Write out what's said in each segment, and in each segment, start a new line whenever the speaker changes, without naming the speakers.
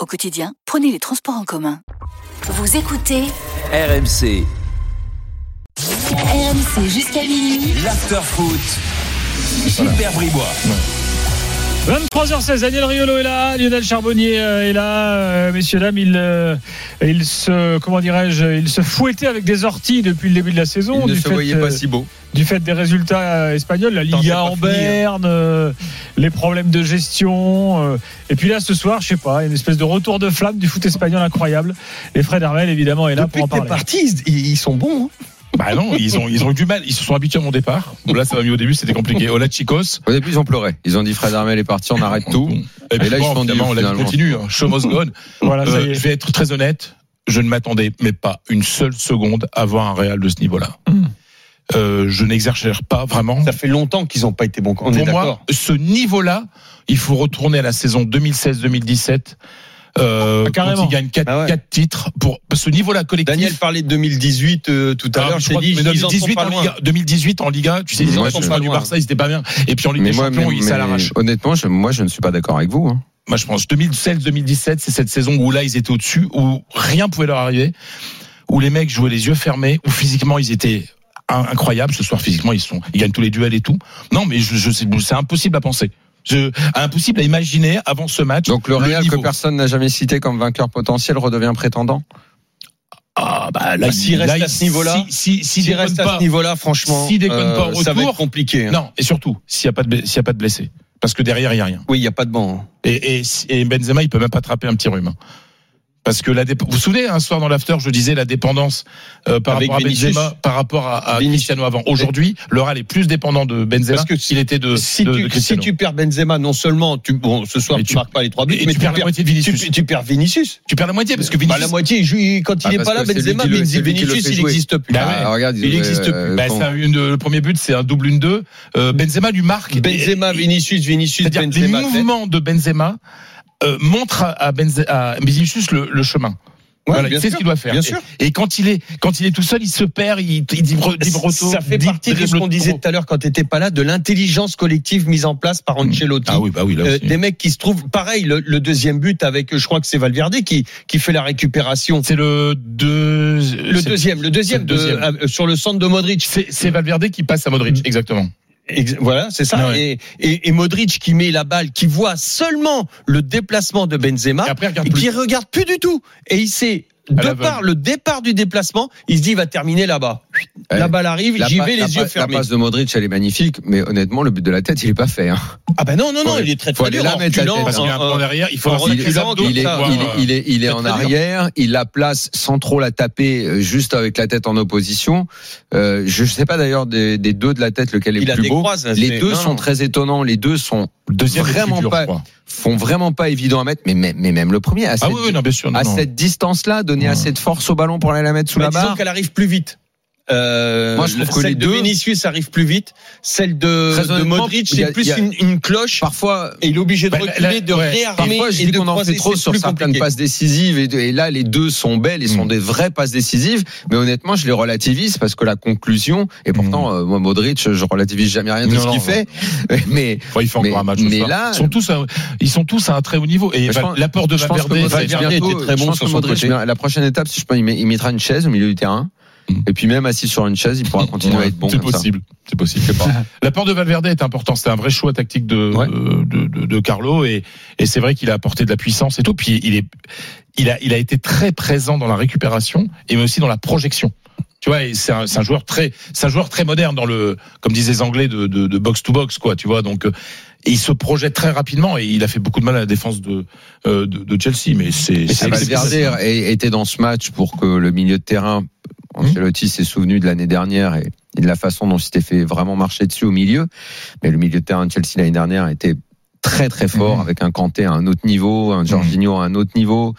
Au quotidien, prenez les transports en commun.
Vous écoutez
RMC,
RMC jusqu'à minuit.
l'afterfoot. Gilbert Bribois.
23h16, Daniel Riolo est là, Lionel Charbonnier euh, est là, euh, messieurs dames, il, euh, il se comment dirais-je, il se fouettait avec des orties depuis le début de la saison
Il ne
du,
se
fait,
voyait
euh,
pas si beau.
du fait des résultats euh, espagnols, la
Attends, c'est
Liga
pas
en
fini, hein.
berne, euh, les problèmes de gestion, euh, et puis là ce soir, je sais pas, une espèce de retour de flamme du foot espagnol incroyable. Et Fred Hermel évidemment est là
Depuis
pour en
que t'es
parler.
parti, ils, ils sont bons. hein.
Bah non, ils ont, ils ont eu du mal. Ils se sont habitués à mon départ. Là, ça va mieux au début, c'était compliqué. Hola Chicos.
Au début, ils ont pleuré. Ils ont dit Fred Armel est parti, on arrête tout.
Et puis
Et
là,
là, ils se font
finalement,
du-
la vie
finalement.
continue. Hein. Show must go on.
Voilà, Ah, ça y
Euh,
est.
je vais être très honnête, je ne m'attendais, mais pas une seule seconde, à voir un Real de ce niveau-là.
Hmm.
Euh, je n'exagère pas vraiment.
Ça fait longtemps qu'ils n'ont pas été bons. On est
Pour
d'accord.
moi, ce niveau-là, il faut retourner à la saison 2016-2017. Euh,
Ah, carrément.
Quand ils gagnent 4,
Ah ouais.
titres. Pour ce niveau-là collectif.
Daniel parlait de 2018 euh, tout à
Ah,
l'heure.
je
Je t'ai
crois
dit,
que- mais
ils en sont
2018
pas
en
loin.
Liga, 2018 en Liga, tu sais, ils
Moi,
en
je
sont
suis
pas
pas
du
loin.
Barça, ils étaient pas bien. Et puis en Ligue
Mais
des
moi,
Champions,
mais-
ils ça
mais
l'arrachent.
honnêtement, je, moi, je ne suis pas d'accord avec vous. hein.
Moi, je pense 2016-2017, c'est cette saison où là, ils étaient au-dessus, où rien pouvait leur arriver, où les mecs jouaient les yeux fermés, où physiquement, ils étaient in- incroyables. Ce soir, physiquement, ils sont, ils gagnent tous les duels et tout. Non, mais je, je sais- c'est impossible à penser. Je, impossible à imaginer avant ce match.
Donc le Real que
niveau.
personne n'a jamais cité comme vainqueur potentiel redevient prétendant.
Ah, bah, là,
Bah, s'ils
il-
restent
là,
à ce niveau-là,
si, si, si
S'ils
déconne
restent à
pas-
ce niveau-là, franchement, euh,
s'ils déconnent pas au
ça va
retour-
être compliqué. hein.
non, et surtout, s'il n'y a pas de, bla- s'il y a pas de blessés. Parce que derrière, il n'y a rien.
Oui, il n'y a pas de banc. hein.
Et, et, et Benzema, il peut même pas attraper un petit rhume. hein. Parce que la dép- vous vous souvenez, hein, un soir dans l'after, je disais la dépendance euh, par,
Avec
rapport à
Vinicius.
Benzema, par rapport à, à
Vinicius.
Cristiano avant. Aujourd'hui, le Real est plus dépendant de Benzema
Parce que si-
qu'il était de,
Si,
de- de
tu, si
Cristiano.
tu perds Benzema, non seulement tu, bon, ce soir
Mais
tu,
tu-
marques pas les trois buts,
et
mais
tu perds la moitié de
tu,
Vinicius. Tu,
tu perds Vinicius.
perds la moitié parce que
Bah,
Vinicius.
la moitié, il joue- quand il
Ah,
n'est
parce
pas là,
que c'est lui
Benzema,
qui le-
Vinicius,
c'est lui qui le fait
il
jouer.
n'existe plus.
Bah ouais.
Ah, regarde,
il n'existe
euh,
plus. Bah,
bon.
c'est un- une- le premier but, c'est un double une deux. Euh, Benzema lui marque.
Benzema,
Et- et-
Vinicius, Vinicius,
C'est-à-dire les
Benzema. fait.
mouvements de Benzema euh, montrent à, à Benze- à Vinicius le, le chemin.
Ouais,
voilà,
bien
il sait ce
sûr.
qu'il doit faire.
Bien
et,
sûr.
et quand il est quand il est tout seul, il se perd, il, il dit re- dit retour.
Ça fait
dit
partie de ce
dribble
qu'on disait
trop.
tout à l'heure quand t'étais pas là, de l'intelligence collective mise en place
Hmm.
par Ancelotti.
Ah oui, bah oui, là
Euh,
aussi.
des mecs qui se trouvent pareil le, le deuxième but avec je crois que c'est Valverde qui qui fait la récupération
C'est le deux.
le
c'est-
deuxième le deuxième,
le
de-
deuxième.
euh, sur le centre de Modric
C'est c'est Valverde qui passe à Modric, exactement. Ah
Ex- voilà Mm. c'est ça
Ouais.
et, et et Modric qui met la balle qui voit seulement le déplacement de Benzema
Et après, il regarde
qui
plus.
regarde plus du tout et il sait de
l'aveugle.
par le départ du déplacement il se dit il va terminer là-bas
Ouais.
la balle arrive
La
j'y
pa-
vais
la
les
pa-
yeux fermés
La passe de Modric, elle est magnifique, mais honnêtement, le but de la tête, il est pas fait. hein.
ah bah non non non
Faut
il est très
faut
très
aller
dur
la
en
mettre, la
reculant,
tête.
Parce qu'il y a un
en-
plan
en-
derrière, il faut
en
un
reculant,
reculant
donc,
d'autres
Il est,
ça,
pour
il est,
voir,
il est, il est
euh, très
en
bien.
arrière, il la place sans trop la taper, euh, juste avec la tête en opposition. Euh, je ne sais pas d'ailleurs des, des deux de la tête lequel est
il
le
a
plus
des
beau.
croises là, c'est-
Les deux
non,
sont
non.
très étonnants, les deux sont
Deuxième, c'est
vraiment
dur,
pas,
je crois.
font vraiment pas évident à mettre, mais, mais, mais même le premier à
Ah
cette,
oui, oui, non, bien sûr. non,
à
non.
cette distance-là, donner
Ouais.
assez de force au ballon pour aller la mettre sous
Bah,
la
disons
barre.
qu'elle arrive plus vite. Euh,
Moi, je trouve que
celle
les
de
deux-
Vinicius arrive plus vite. Celle de,
Très
de
honnêtement,
Modric,
il y a-
c'est plus
il y a-
une, une cloche.
Parfois,
Et il est obligé de
Bah,
reculer,
là,
de
ouais.
réarmer.
Parfois, je
et
dis
de
qu'on en
croiser,
fait trop
c'est
sur
plus
certaines
compliqué. Hmm.
passes décisives. Et, de- et là, les deux sont belles et sont
Mm.
des vraies passes décisives. Mais honnêtement, je les relativise parce que la conclusion, et
Hmm.
pourtant, euh, moi, Modric, je relativise jamais rien de
Non,
ce
non,
qu'il
non.
fait. Mais
Ouais, il fait
Mais-
encore un match. ce
mais
soir.
là-
ils sont tous, à, ils sont tous à un très haut niveau. Et
Je
Val-
pense-
l'apport de
je pense que
Valverde,
Modric,
c'est-
Valverde
bientôt,
était très
je
bon
pense
sur
que
son
Modric,
côté.
bien- la prochaine étape, si je pense, il met- il mettra une chaise au milieu du terrain.
Hmm.
Mm.
Et puis même assis sur une chaise, il pourra continuer à être bon.
C'est
comme ça.
possible. C'est possible. je sais pas. L'apport de Valverde est important. C'était un vrai choix tactique de,
Ouais.
euh, de, de- de Carlo et, et c'est vrai qu'il a apporté de la puissance et tout. Puis il est, il a, il a été très présent dans la récupération et mais aussi dans la projection. Tu vois, et c'est un, c'est un joueur très, c'est un joueur très moderne dans le, comme disaient les Anglais, de, de, de box to box, quoi. Tu vois, donc euh, et il se projette très rapidement et il a fait beaucoup de mal à la défense de euh, de, de Chelsea. Mais c'est,
Et Valverde hein. est- était dans ce match pour que le milieu de terrain, Ancelotti s'est souvenu de l'année dernière et, et de la façon dont il s'était fait vraiment marcher dessus au milieu. Mais le milieu de terrain de Chelsea l'année dernière était très très fort
Mhm.
avec un Kanté à un autre niveau, un Jorginho à un autre niveau.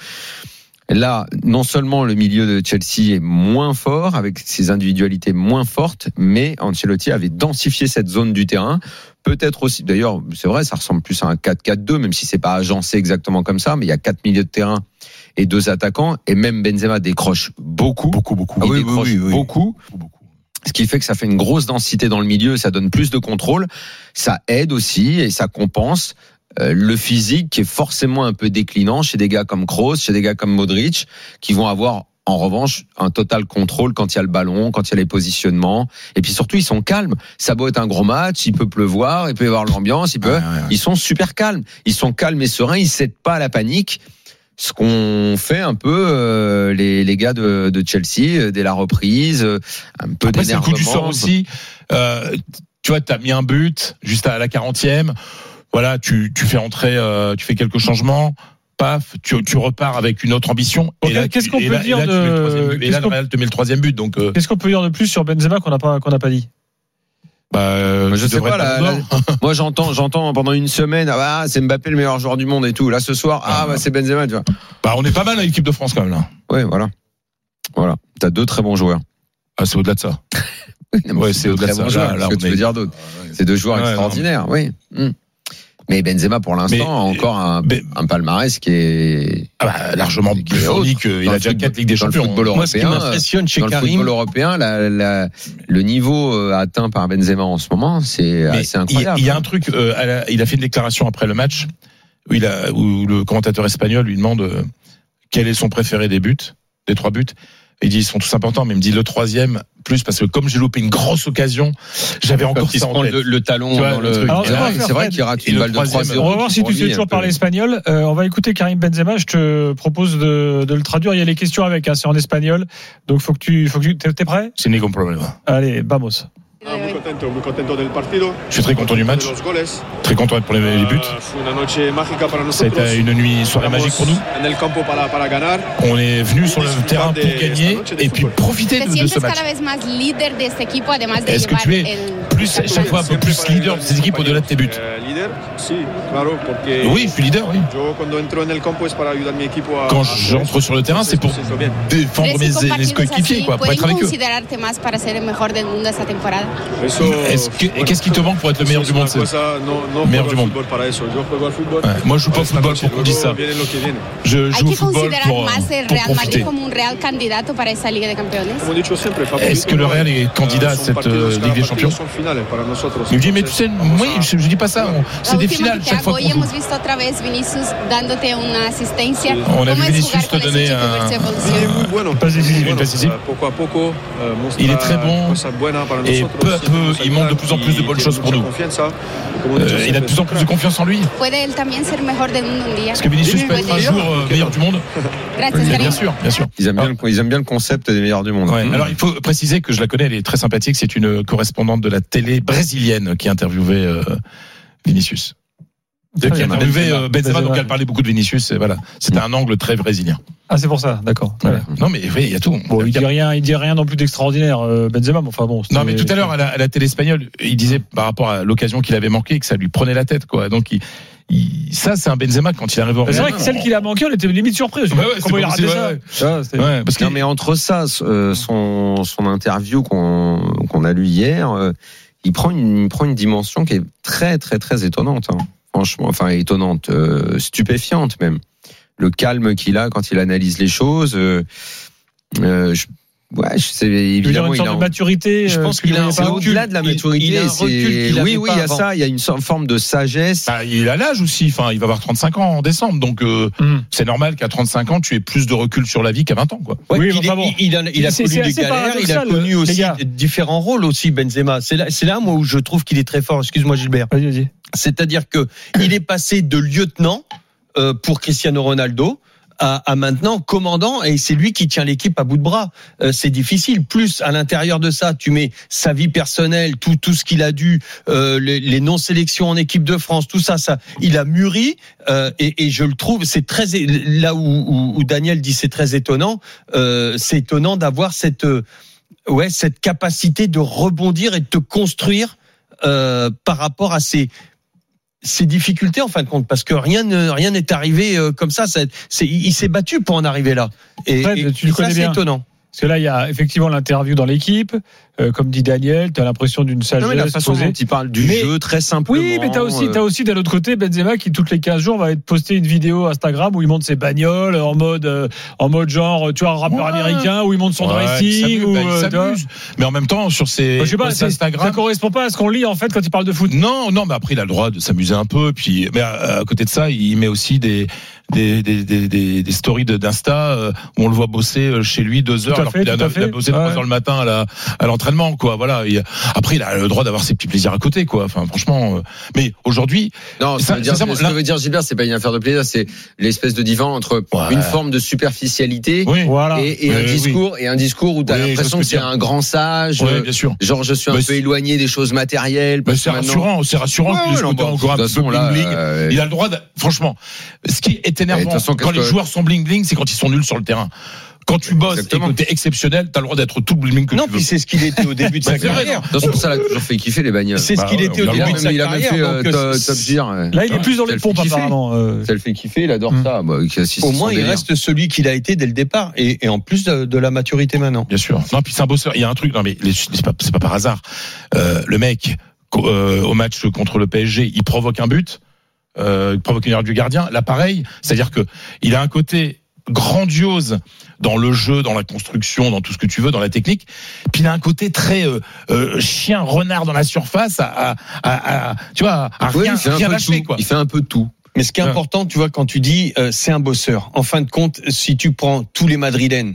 Là, non seulement le milieu de Chelsea est moins fort, avec ses individualités moins fortes, mais Ancelotti avait densifié cette zone du terrain. Peut-être aussi, d'ailleurs, c'est vrai, ça ressemble plus à un 4-4-2, même si c'est pas agencé exactement comme ça, mais il y a quatre milieux de terrain et deux attaquants, et même Benzema décroche beaucoup. Ah
Beaucoup, beaucoup.
Il décroche beaucoup. Ce qui fait que ça fait une grosse densité dans le milieu, ça donne plus de contrôle, ça aide aussi et ça compense euh, le physique qui est forcément un peu déclinant chez des gars comme Kroos, chez des gars comme Modric, qui vont avoir en revanche un total contrôle quand il y a le ballon, quand il y a les positionnements. Et puis surtout, ils sont calmes. Ça peut être un gros match, il peut pleuvoir, il peut y avoir l'ambiance, il peut...
Ouais, ouais, ouais.
Ils sont super calmes. Ils sont calmes et sereins, ils ne cèdent pas à la panique. Ce qu'on fait un peu euh, les, les gars de, de Chelsea euh, dès la reprise, euh, un peu
Après, c'est le
d'énervement.
coup du sort aussi. Euh, tu vois, t'as mis un but juste à la 40e. Voilà, tu, tu fais entrer, euh, tu fais quelques changements. Paf, tu, tu repars avec une autre ambition.
Ok,
Et là,
qu'est-ce
tu-
qu'on
et
peut
là-
dire
et là, tu
de-
mets le troisième but. Et
qu'est-ce
là, le
qu'on-
Real te met le troisième but. Donc, euh,
Qu'est-ce qu'on peut dire de plus sur Benzema qu'on n'a pas, qu'on n'a pas dit
bah, euh,
Je
tu
sais
devrais
pas,
être
la-
mort.
Moi, j'entends, j'entends pendant une semaine, ah bah, c'est Mbappé le meilleur joueur du monde et tout. Là, ce soir, ah bah, c'est Benzema, tu vois.
Bah, on est pas mal à l'équipe de France quand même là.
Ouais, voilà. Voilà. T'as deux très bons joueurs.
Ah, c'est au-delà de ça.
Non, mais
Ouais, c'est
deux
au-delà
très
de ça.
bons
Là,
joueurs.
là,
Qu'est-ce que
on
tu
est-
veux dire d'autre? C'est deux joueurs
Ouais, non,
extraordinaires, oui. Mm. Mais Benzema, pour
Mais- euh,
l'instant, a encore un,
mais-
un palmarès qui est
Ah bah, largement
Qui est
plus fourni
autre.
qu'il
Dans
a
le
déjà
football-
4 Ligues des
dans le
Champions. hein.
football
Moi, ce qui
européen,
m'impressionne chez
dans le
Karim,
football européen. la- la- le niveau euh, atteint par Benzema en ce moment, ah, c'est
Mais
assez
il y a-
incroyable. hein.
Il y a un truc, euh, à la- il a fait une déclaration après le match où, il a, où le commentateur espagnol lui demande euh, quel est son préféré des buts, des trois buts. Il dit ils sont tous importants, mais il me dit le troisième plus parce que comme j'ai loupé une grosse occasion, j'avais encore
Quand il se
ça en
prend
tête.
le, le talon
Tu vois,
dans
le
le.
truc. Ah,
Alors,
C'est vrai-
on va faire
c'est vrai
Fred.
qu'il rate
Et
une
le
balle de
troisième,
3-0.
On va voir si tu
Pour
sais
lui, un
toujours
peu.
parler espagnol. Euh, on va écouter Karim Benzema. Je te propose de, de le traduire. Il y a les questions avec. hein, C'est en espagnol. Donc faut que tu, faut que tu, t'es t'es prêt
C'est ningún problema.
Allez, vamos.
Ah, muy contento, muy contento del partido,
Je suis très content du match,
de los goles.
très content pour les, les buts.
Ah, fue una noche mágica para
Ça a
nosotros.
été une nuit, une soirée
Estamos
magique pour nous.
En el campo para, para ganar.
On est venu sur le terrain pour gagner et puis profiter de, de ce match. Est-ce que tu es plus chaque fois un peu plus leader de ces équipes au-delà de tes buts
Eh, líder, sí, claro, porque
Oui, je suis leader. Oui.
yo cuando entro en el campo es para ayudar a mi equipo a.
Quand
a-
j'entre sur le terrain, c'est pour
Siento bien.
défendre mes, mes coéquipiers, quoi, pour être avec eux.
Eso,
Est-ce que-
bueno,
Qu'est-ce qui te manque pour être le meilleur
eso
du
es
monde
una
c'est-
cosa, no, no
Meilleur
juego al
du monde.
fútbol para eso. Yo juego al fútbol.
Ouais. Moi, je joue pas au
Esta
football
noche,
pour qu'on dise
luego
ça.
viene lo que viene.
Je joue au football pour, euh, pour profiter.
Como he dicho siempre,
Est-ce que le Real est candidat à cette euh, Ligue des Champions Il me dit, mais tu sais, oui, je, je dis pas ça.
Ah,
on- C'est des finales chaque fois qu'on joue. On a vu Vinicius te donner un.
Passe décisive.
Une passe décisive.
Il est très bon et peu à peu, il montre de plus en plus de bonnes choses pour nous.
Euh, il a de plus en plus de confiance en lui. Est-ce que Vinicius peut être un jour euh, meilleur du monde Bien sûr, bien sûr.
Ils aiment, bien le, ils aiment bien le concept des meilleurs du monde.
Ouais.
Mmh.
Alors il faut préciser que je la connais, elle est très sympathique. C'est une correspondante de la télé brésilienne qui interviewait euh, Vinicius. De- qui
bien.
interviewait euh, Benzema,
Benzema. Mm.
donc elle parlait beaucoup de Vinicius. et voilà, c'était un angle très brésilien.
Ah, c'est pour ça. D'accord. Très
Voilà.
bien.
Non mais oui, il y a tout.
Bon, il dit rien, il dit rien non plus d'extraordinaire, euh, Benzema. mais Enfin bon.
non
c'est-
mais tout à l'heure à la, à la télé espagnole, il disait par rapport à l'occasion qu'il avait manquée que ça lui prenait la tête quoi. Donc il- il- ça c'est un Benzema quand il arrive au
C'est vrai
Real.
que celle qu'il a manqué, on était limite surpris.
Ouais, ouais, c'est
Comment il a
comme
raté
si-
ça
ouais, ouais.
Ça, c'était-
Ouais, parce que
Non, mais entre ça, euh, son, son interview qu'on qu'on a lu hier, euh, il, prend une, il prend une dimension qui est très, très, très étonnante. hein. Franchement, enfin, étonnante, euh, stupéfiante même. Le calme qu'il a quand il analyse les choses. euh, euh, je, ouais, je sais,
Tu veux dire
évidemment,
une
il
sorte
a.
de maturité.
Je
euh,
pense
que
qu'il
tu
a
voyais pas.
c'est au-delà de la
Il-
maturité.
il a un
c'est-
recul qu'il
oui,
avait
oui,
pas
il y a
avant.
ça. Il y a une sorte- forme de sagesse.
bah, il a l'âge aussi. Enfin, il va avoir 35 ans en décembre, donc euh,
Hmm.
c'est normal qu'à 35 ans tu aies plus de recul sur la vie qu'à 20 ans quoi.
Ouais,
Oui,
il,
mais enfin bon.
il- il a, il a
C'est- c'est
connu des
assez
galères, il a
paradoxal,
connu
les
aussi
gars.
des différents rôles aussi Benzema. C'est là, c'est là moi où je trouve qu'il est très fort. Excuse-moi Gilbert.
Vas-y, vas-y.
C'est-à-dire que il est passé de lieutenant euh, pour Cristiano Ronaldo à, à maintenant commandant et c'est lui qui tient l'équipe à bout de bras. Euh, c'est difficile. Plus à l'intérieur de ça, tu mets sa vie personnelle, tout tout ce qu'il a dû, euh, les, les non-sélections en équipe de France, tout ça, ça, il a mûri euh, et, et je le trouve. C'est très là où, où- où Daniel dit c'est très étonnant. euh, c'est étonnant d'avoir cette euh, ouais cette capacité de rebondir et de te construire euh, par rapport à ces ses difficultés en fin de compte, parce que rien ne- rien n'est arrivé euh, comme ça. ça c'est, il il s'est battu pour en arriver là. Et,
Fred,
et-
tu le
et ça,
connais
c'est
bien.
étonnant.
Parce que là, il y a effectivement l'interview dans l'équipe. Euh, comme dit Daniel, tu as l'impression d'une sagesse
Non, mais la façon
posée.
dont il parle du
Mais-
jeu, très simplement.
Oui, mais t'as aussi,
euh,
t'as aussi d'un autre côté Benzema qui toutes les 15 jours va être poster une vidéo Instagram où il monte ses bagnoles en mode, euh, en mode genre, tu vois, un rappeur
Ouais.
américain où il monte son
Ouais, il
dressing
s'amuse,
ou
bah, il
euh, tu vois.
s'amuse. Mais en même temps, sur ses
Bah, je sais pas,
posts
c'est- ça
Instagram.
correspond pas à ce qu'on lit en fait quand il parle de foot.
Non, non, mais après il a le droit de s'amuser un peu. Puis, mais euh, à, à côté de ça, il met aussi des des des des, des, des stories de- d'Insta euh, où on le voit bosser euh, chez lui deux heures.
à
alors
fait,
qu'il a,
tout à
il a
fait.
bossé trois
Ouais.
heures le matin à la à l'entraînement, quoi. Voilà. Il- après, il a le droit d'avoir ses petits plaisirs à côté, quoi. Enfin, franchement. euh, mais aujourd'hui,
Non, ça,
Ça-
veut dire,
sincèrement,
ce
là-
que veut dire Gilbert, c'est pas une affaire de plaisir, c'est l'espèce de divan entre
Ouais.
une forme de superficialité
oui.
Voilà.
et, et un
Oui, oui.
discours et un discours où t'as
Oui, je vois ce
l'impression
que
que
tu
c'est
veux dire.
un grand sage.
Ouais,
euh,
bien sûr.
genre, je suis un
Mais
peu
c'est-
éloigné des choses matérielles.
Mais
parce
c'est
que Bah, maintenant-
rassurant, c'est rassurant
Ouais,
qu'il
ouais,
ait ce
non,
côté
bah,
encore un
de toute
peu
façon, là,
bling-bling.
euh,
Il a le droit, de- franchement, ce qui est
Et de
énervant
toute façon,
quand
qu'est-ce
les
que-
joueurs sont bling-bling, c'est quand ils sont nuls sur le terrain. Quand tu bosses
Exactement.
et que t'es exceptionnel, t'as le droit d'être tout bling-bling que
non,
tu veux.
puis c'est ce qu'il était au début de
Bah,
sa
c'est vrai,
carrière.
De toute façon, ça l'a toujours fait kiffer les bagnoles.
C'est ce
Bah,
qu'il
ouais,
était au
il a
début
il,
de
a
sa
même, il a même
carrière.
fait euh,
donc, euh,
Top- Top Gear. ouais.
Là, il est
Ouais,
plus dans les
ça le fait
pompes
kiffer.
apparemment. euh.
Ça le fait kiffer, il adore
Mm.
ça. Bah, que- si
au
c'est son
moins, il
délire.
reste celui qu'il a été dès le départ, et, et en plus de, de la maturité maintenant.
Bien sûr. Non, puis c'est un bosseur. Il y a un truc. Non, mais les- c'est pas, c'est pas par hasard. Euh, le mec co- euh, au match contre le PSG, il provoque un but, euh, il provoque une erreur du gardien. Là, pareil. C'est-à-dire que il a un côté grandiose dans le jeu, dans la construction, dans tout ce que tu veux, dans la technique. Puis il a un côté très euh, euh, chien renard dans la surface, à, à- à- à- tu vois, à
Oui,
rien,
il fait un
rien
peu
lâcher
tout.
quoi.
Il fait un peu tout.
Mais ce qui est
Ouais.
important, tu vois, quand tu dis euh, c'est un bosseur, en fin de compte, si tu prends tous les Madrilènes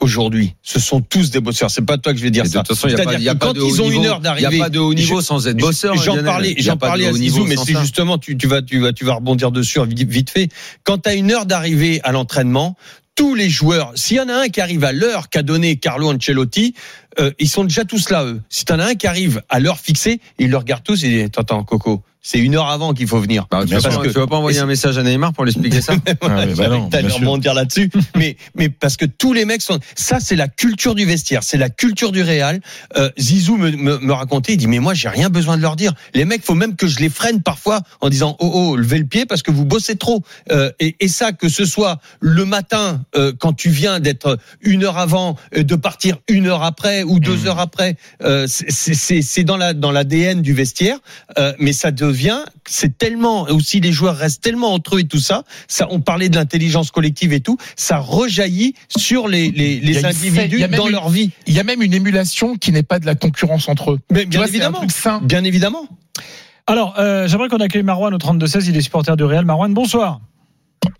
aujourd'hui, ce sont tous des bosseurs. C'est pas toi que je vais dire
Et de
ça.
toute façon, il n'y a pas,
C'est-à-dire
il y a
que
pas
quand
de haut
ils ont
niveau.
une heure
Il n'y
d'arrivée.
a pas de haut niveau sans être bosseur.
J'en
Lionel.
parlais,
Il y a
j'en
pas de
parlais
haut
à
niveau
Zizou, mais
sans
c'est
ça.
justement, tu, tu vas, tu vas, tu vas rebondir dessus hein, vite, vite fait. Quand tu as une heure d'arrivée à l'entraînement, tous les joueurs, s'il y en a un qui arrive à l'heure qu'a donné Carlo Ancelotti, euh, ils sont déjà tous là, eux. Si t'en as un qui arrive à l'heure fixée, ils le regardent tous et disent, attends, attends, Coco, c'est une heure avant qu'il faut venir.
Bah, de toute
Parce
façon,
que-
tu vas pas envoyer un message à Neymar pour lui expliquer ça
Ah ouais, bah non,
T'allais
bien sûr.
rebondir là-dessus. mais, mais parce que tous les mecs sont. Ça, c'est la culture du vestiaire, c'est la culture du Real. Euh, Zizou me, me, me racontait, il dit Mais moi, j'ai rien besoin de leur dire. Les mecs, faut même que je les freine parfois en disant Oh, oh, levez le pied parce que vous bossez trop. Euh, et, et ça, que ce soit le matin, euh, quand tu viens d'être une heure avant, euh, de partir une heure après ou deux heures après, euh, c'est- c'est c'est- c'est dans la dans l'ADN du vestiaire. Euh, mais ça devient, c'est tellement aussi les joueurs restent tellement entre eux et tout ça. Ça, on parlait de l'intelligence collective et tout, ça rejaillit sur les les,
Il y
les
a une fête, il
individus
y a même
dans
une-
leur vie.
Il y a même une émulation qui n'est pas de la concurrence entre eux.
Mais
Tu
bien
vois, c'est un
évidemment,
truc sain.
bien évidemment.
Alors, euh, j'aimerais qu'on accueille Marouane au 32-16. Il est supporter du Real. Marouane, bonsoir.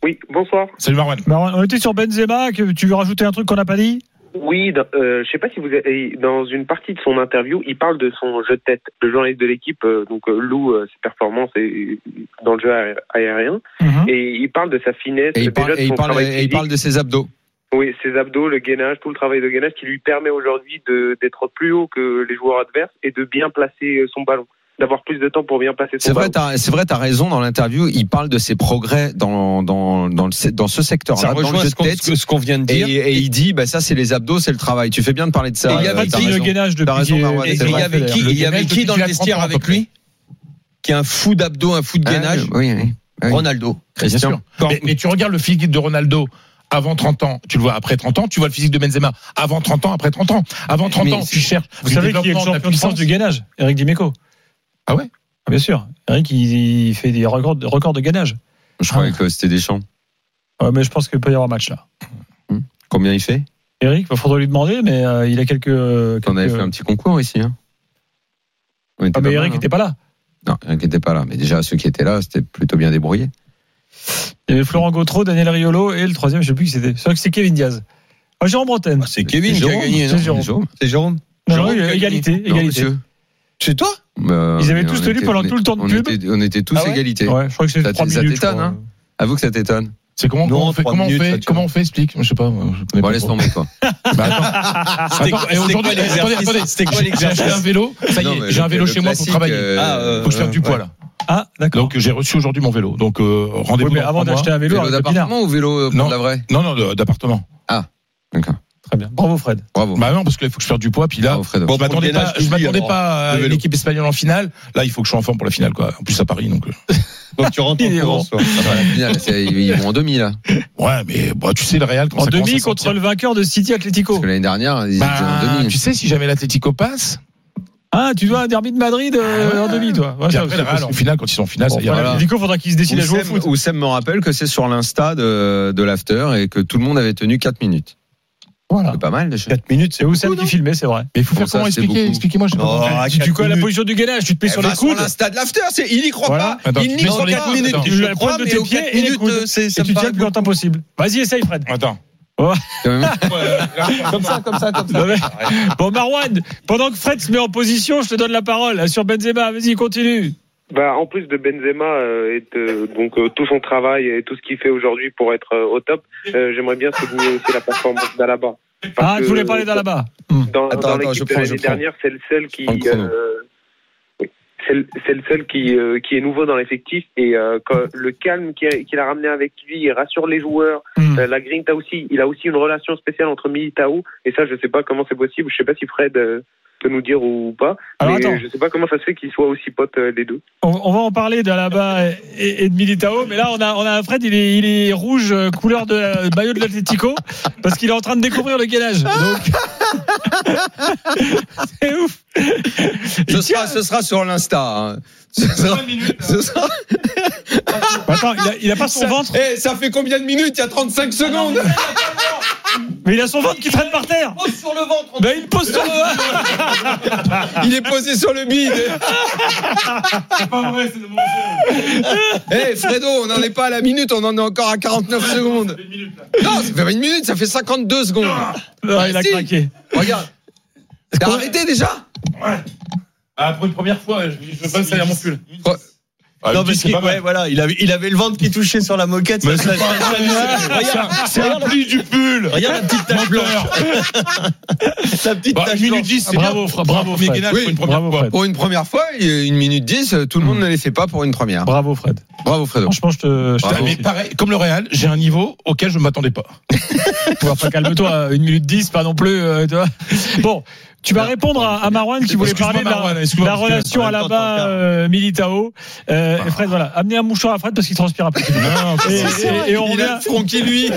Oui, bonsoir.
Salut Marwan.
Marouane, on était sur Benzema. Que tu veux rajouter un truc qu'on n'a pas dit
Oui, dans- euh, je sais pas si vous avez, dans une partie de son interview, il parle de son jeu de tête. Le journaliste de l'équipe euh, donc euh, loue euh, ses performances et, euh, dans le jeu aé- aérien et il parle de sa finesse,
Mhm. et il
déjà
parle,
de
et
son
il parle,
travail
et il
physique,
parle de ses abdos.
oui, ses abdos, le gainage, tout le travail de gainage qui lui permet aujourd'hui de- d'être plus haut que les joueurs adverses et de bien placer euh, son ballon, d'avoir plus de temps pour bien placer son
C'est vrai,
ballon.
t'as, c'est vrai, t'as raison dans l'interview. Il parle de ses progrès dans dans dans, le, dans ce
Ça
secteur-là, dans le
rejoint
jeu
ce
de
qu'on
tête.
ce qu'on vient de
Et,
dire.
et il dit, bah ça, c'est les abdos, c'est le travail. Tu fais bien de parler de ça.
Et il y
euh,
avait
t'as
dit
le
raison.
gainage depuis.
T'as raison,
euh,
Marouane,
Et
c'est
il y
vrai.
avait qui,
Le
il y avait
gainage
qui dans le
depuis qu'il a 30
vestiaire
ans, à peu
avec
près.
lui Qui est un fou d'abdos, un fou de
Ah,
gainage
oui, oui, oui.
Ronaldo.
Christian.
Bien sûr. Mais, mais tu regardes le physique de Ronaldo avant 30 ans, tu le vois après 30 ans, tu vois le physique de Benzema avant 30 ans, après 30 ans, avant 30
Mais
ans, tu cherches.
Vous
du
savez qui est le
développement, de la
champion de France
puissance.
du gainage Eric Dimeco.
Ah ouais
Ah, Bien sûr. Eric, il, il fait des records, des records de gainage.
Je
Ah.
croyais que c'était Deschamps.
Ouais, mais je pense qu'il peut y avoir match là.
Combien il fait
Eric, il faudra lui demander, mais euh, il a quelques. quelques...
On avait fait un petit concours ici. Hein. On était
Ah, mais
pas mal,
Eric
hein.
n'était pas là.
Non, Eric n'était pas là. Mais déjà, ceux qui étaient là, c'était plutôt bien débrouillé.
Il y avait Florent Gautreau, Daniel Riolo et le troisième, je ne sais plus qui c'était. C'est vrai que c'est Kevin Diaz. Ah, Jérôme Bretagne.
C'est Kevin qui a
Jérôme,
gagné. non
C'est Jérôme.
C'est Jérôme.
Non, non,
Jérôme
il y a
Kevin.
égalité.
Non,
égalité.
monsieur.
C'est toi
Euh,
Ils avaient
on
tous
était-
tenu pendant
on
tout le temps de
on
pub.
était- on était tous
Ah ouais
égalité.
Ouais, je crois que c'est
Ça-
3 minutes.
ça
je
t'étonne,
crois.
hein Avoue que ça t'étonne.
C'est comment,
Non,
comment on fait,
trois
comment,
minutes,
on
ça,
fait
tu
comment on fait Explique. Je sais pas. Je connais
Bon,
pas
laisse
trop.
tomber, toi.
Bah, attends.
C'était
Attends,
quoi-
et
c'était
aujourd'hui,
quoi l'exercice
attendez, attendez.
C'était quoi
J'ai acheté
l'exercice
un vélo. Ça y
Non,
est,
mais
j'ai
le-
un vélo
le
chez moi pour
classique,
travailler.
euh,
Ah, euh,
Faut que je perde du poids là.
Ah, d'accord.
Donc j'ai reçu aujourd'hui mon vélo. Donc euh, rendez-vous.
Oui, mais
dans
avant
trois mois.
d'acheter un vélo,
Vélo
Arnaud Pinard.
d'appartement ou vélo euh, pour
Non.
la vraie
Non, non, de- d'appartement.
D'accord.
Très bien. Bravo Fred.
Bravo.
Bah non, parce qu'il faut que je perde du poids. Puis là,
Bravo, Fredo.
je
bah.
m'attendais
Pour le
pas,
gainage,
je m'attendais
alors,
pas à
le vélo.
une équipe espagnole en finale. Là, il faut que je sois en forme pour la finale, quoi. En plus à Paris, donc. euh,
Donc tu rentres en
Il est
courant,
bon.
toi.
Ah bah, la finale, c'est- ils vont en demi là.
Ouais, mais bah, tu sais le Real quand
En
ça commence à
demi
sortir.
contre le vainqueur de City
Parce
Atlético.
que l'année dernière, ils étaient en
Bah,
demi.
tu sais, si jamais l'Atlético passe,
Ah, tu dois un derby de Madrid euh,
Ah ouais.
en demi, toi. Ouais,
puis
ça, c'est
après le Real en
possible.
finale, quand ils sont en finale,
Bon,
ça ira.
voilà,
bien.
Atlético, faudra qu'il se décide à jouer au
Oussem,
foot.
Oussem me rappelle que c'est sur l'insta de, de l'after et que tout le monde avait tenu 4 minutes.
Voilà.
C'est pas mal déjà.
4 minutes, c'est Oussem
beaucoup,
qui filmait, c'est vrai.
Mais il faut
Bon,
faire
ça,
comment
c'est
expliquer
beaucoup.
Expliquez-moi. j'ai pas
Oh,
compris.
à
Tu,
quatre
tu colles la
minutes.
position du gainage, tu te mets sur les
ben,
Eh, va sur
coudes.
l'insta de l'after, c'est- il y croit
Voilà.
pas.
Attends,
il
tu
n'y
mets
croit
sur les
pas.
coudes,
minutes,
attends.
Tu
je
la
le
prends
crois,
de
mais
tes
aux
pieds
quatre
et les
minutes,
coudes.
euh, c'est-
Et
ça me
tu tiens
paraît
le plus longtemps possible. Vas-y, essaye, Fred.
Attends.
beaucoup.
Comme ça, comme ça, comme
Non, mais- Bon, Marwan, pendant que Fred se met en position, je te donne la parole hein, sur Benzema. Vas-y, continue.
Bah, en plus de Benzema euh, et de- donc euh, tout son travail et tout ce qu'il fait aujourd'hui pour être euh, au top, euh, j'aimerais bien souligner aussi la performance d'Alaba. Parce
Ah, tu
que
voulais parler d'Alaba.
Dans, dans
Attends, attends, je
l'équipe de
prends, je
l'année
prends.
dernière, c'est le seul qui
prends le chrono.
euh, oui, c'est le c'est le seul qui euh, qui est nouveau dans l'effectif et euh, quand- le calme qu'il a- qu'il a ramené avec lui, il rassure les joueurs.
Hmm.
Euh, la Grinta aussi, il a aussi une relation spéciale entre Militao et ça, je sais pas comment c'est possible. Je sais pas si Fred euh, peut nous dire ou pas,
Alors,
mais
attends.
je sais pas comment ça se fait qu'ils soient aussi potes euh, les deux.
On, on va en parler d'Alaba et, et- et de Militao, mais là on a, on a un Fred, il est, il est rouge euh, couleur de euh, maillot de l'Atlético parce qu'il est en train de découvrir le gainage. Donc- C'est ouf.
Ce sera, ce sera sur l'insta. hein. Ce sera- ce sera-
Bah, Attends, il a, il a pas son
ça,
ventre,
Eh, ça fait combien de minutes Il y a 35 secondes.
mais il a son ventre qui traîne par terre.
Pose sur le ventre. Ah,
Ben il pose sur le
Il est posé sur le bide. Eh, Fredo, on n'en est pas à la minute, on en est encore à 49 secondes. Non, ça fait pas une minute, ça fait 52 secondes.
Non, il a
Si.
craqué.
Regarde. T'as arrêté déjà
Ah, pour une première fois, je, je veux pas me salir mon pull.
Ouais.
Ah,
Non,
mais
parce
c'est
qu'il
pas mal.
ouais, voilà, il avait, il avait le ventre qui touchait sur la moquette.
Mais
ça-
c'est
ça-
pas
ça-
mal. C'est un pli du pull.
Regarde la petite tache blanche.
Menteur.
La petite
Bah,
tache
une minute
blanche.
10, c'est
Bravo,
bien.
Fred. Bravo,
Mais
Fred.
Guénard,
Oui,
pour une première
Bravo
fois.
Fred.
Pour une première fois, il y a une minute 10, tout le monde ne les fait pas pour une première.
Bravo Fred.
Bravo, Fredo.
Franchement, je te. Je te
Putain, mais
remercie.
pareil, comme le Real, j'ai un niveau auquel je ne m'attendais pas.
Enfin, calme-toi, une minute dix, pas non plus. euh, tu vois. Bon, tu vas répondre à, à Marwan qui voulait
Euh, Excuse-moi,
parler de
Marwan,
la,
excuse-moi,
la
parce que-
relation
en
à
même temps,
la
t'en
bas Militao. Euh,
Ah.
et Fred, voilà, amenez un mouchoir à Fred parce qu'il transpire un peu.
Non,
Et, et- et on
Il
revient.
a le front qui lui.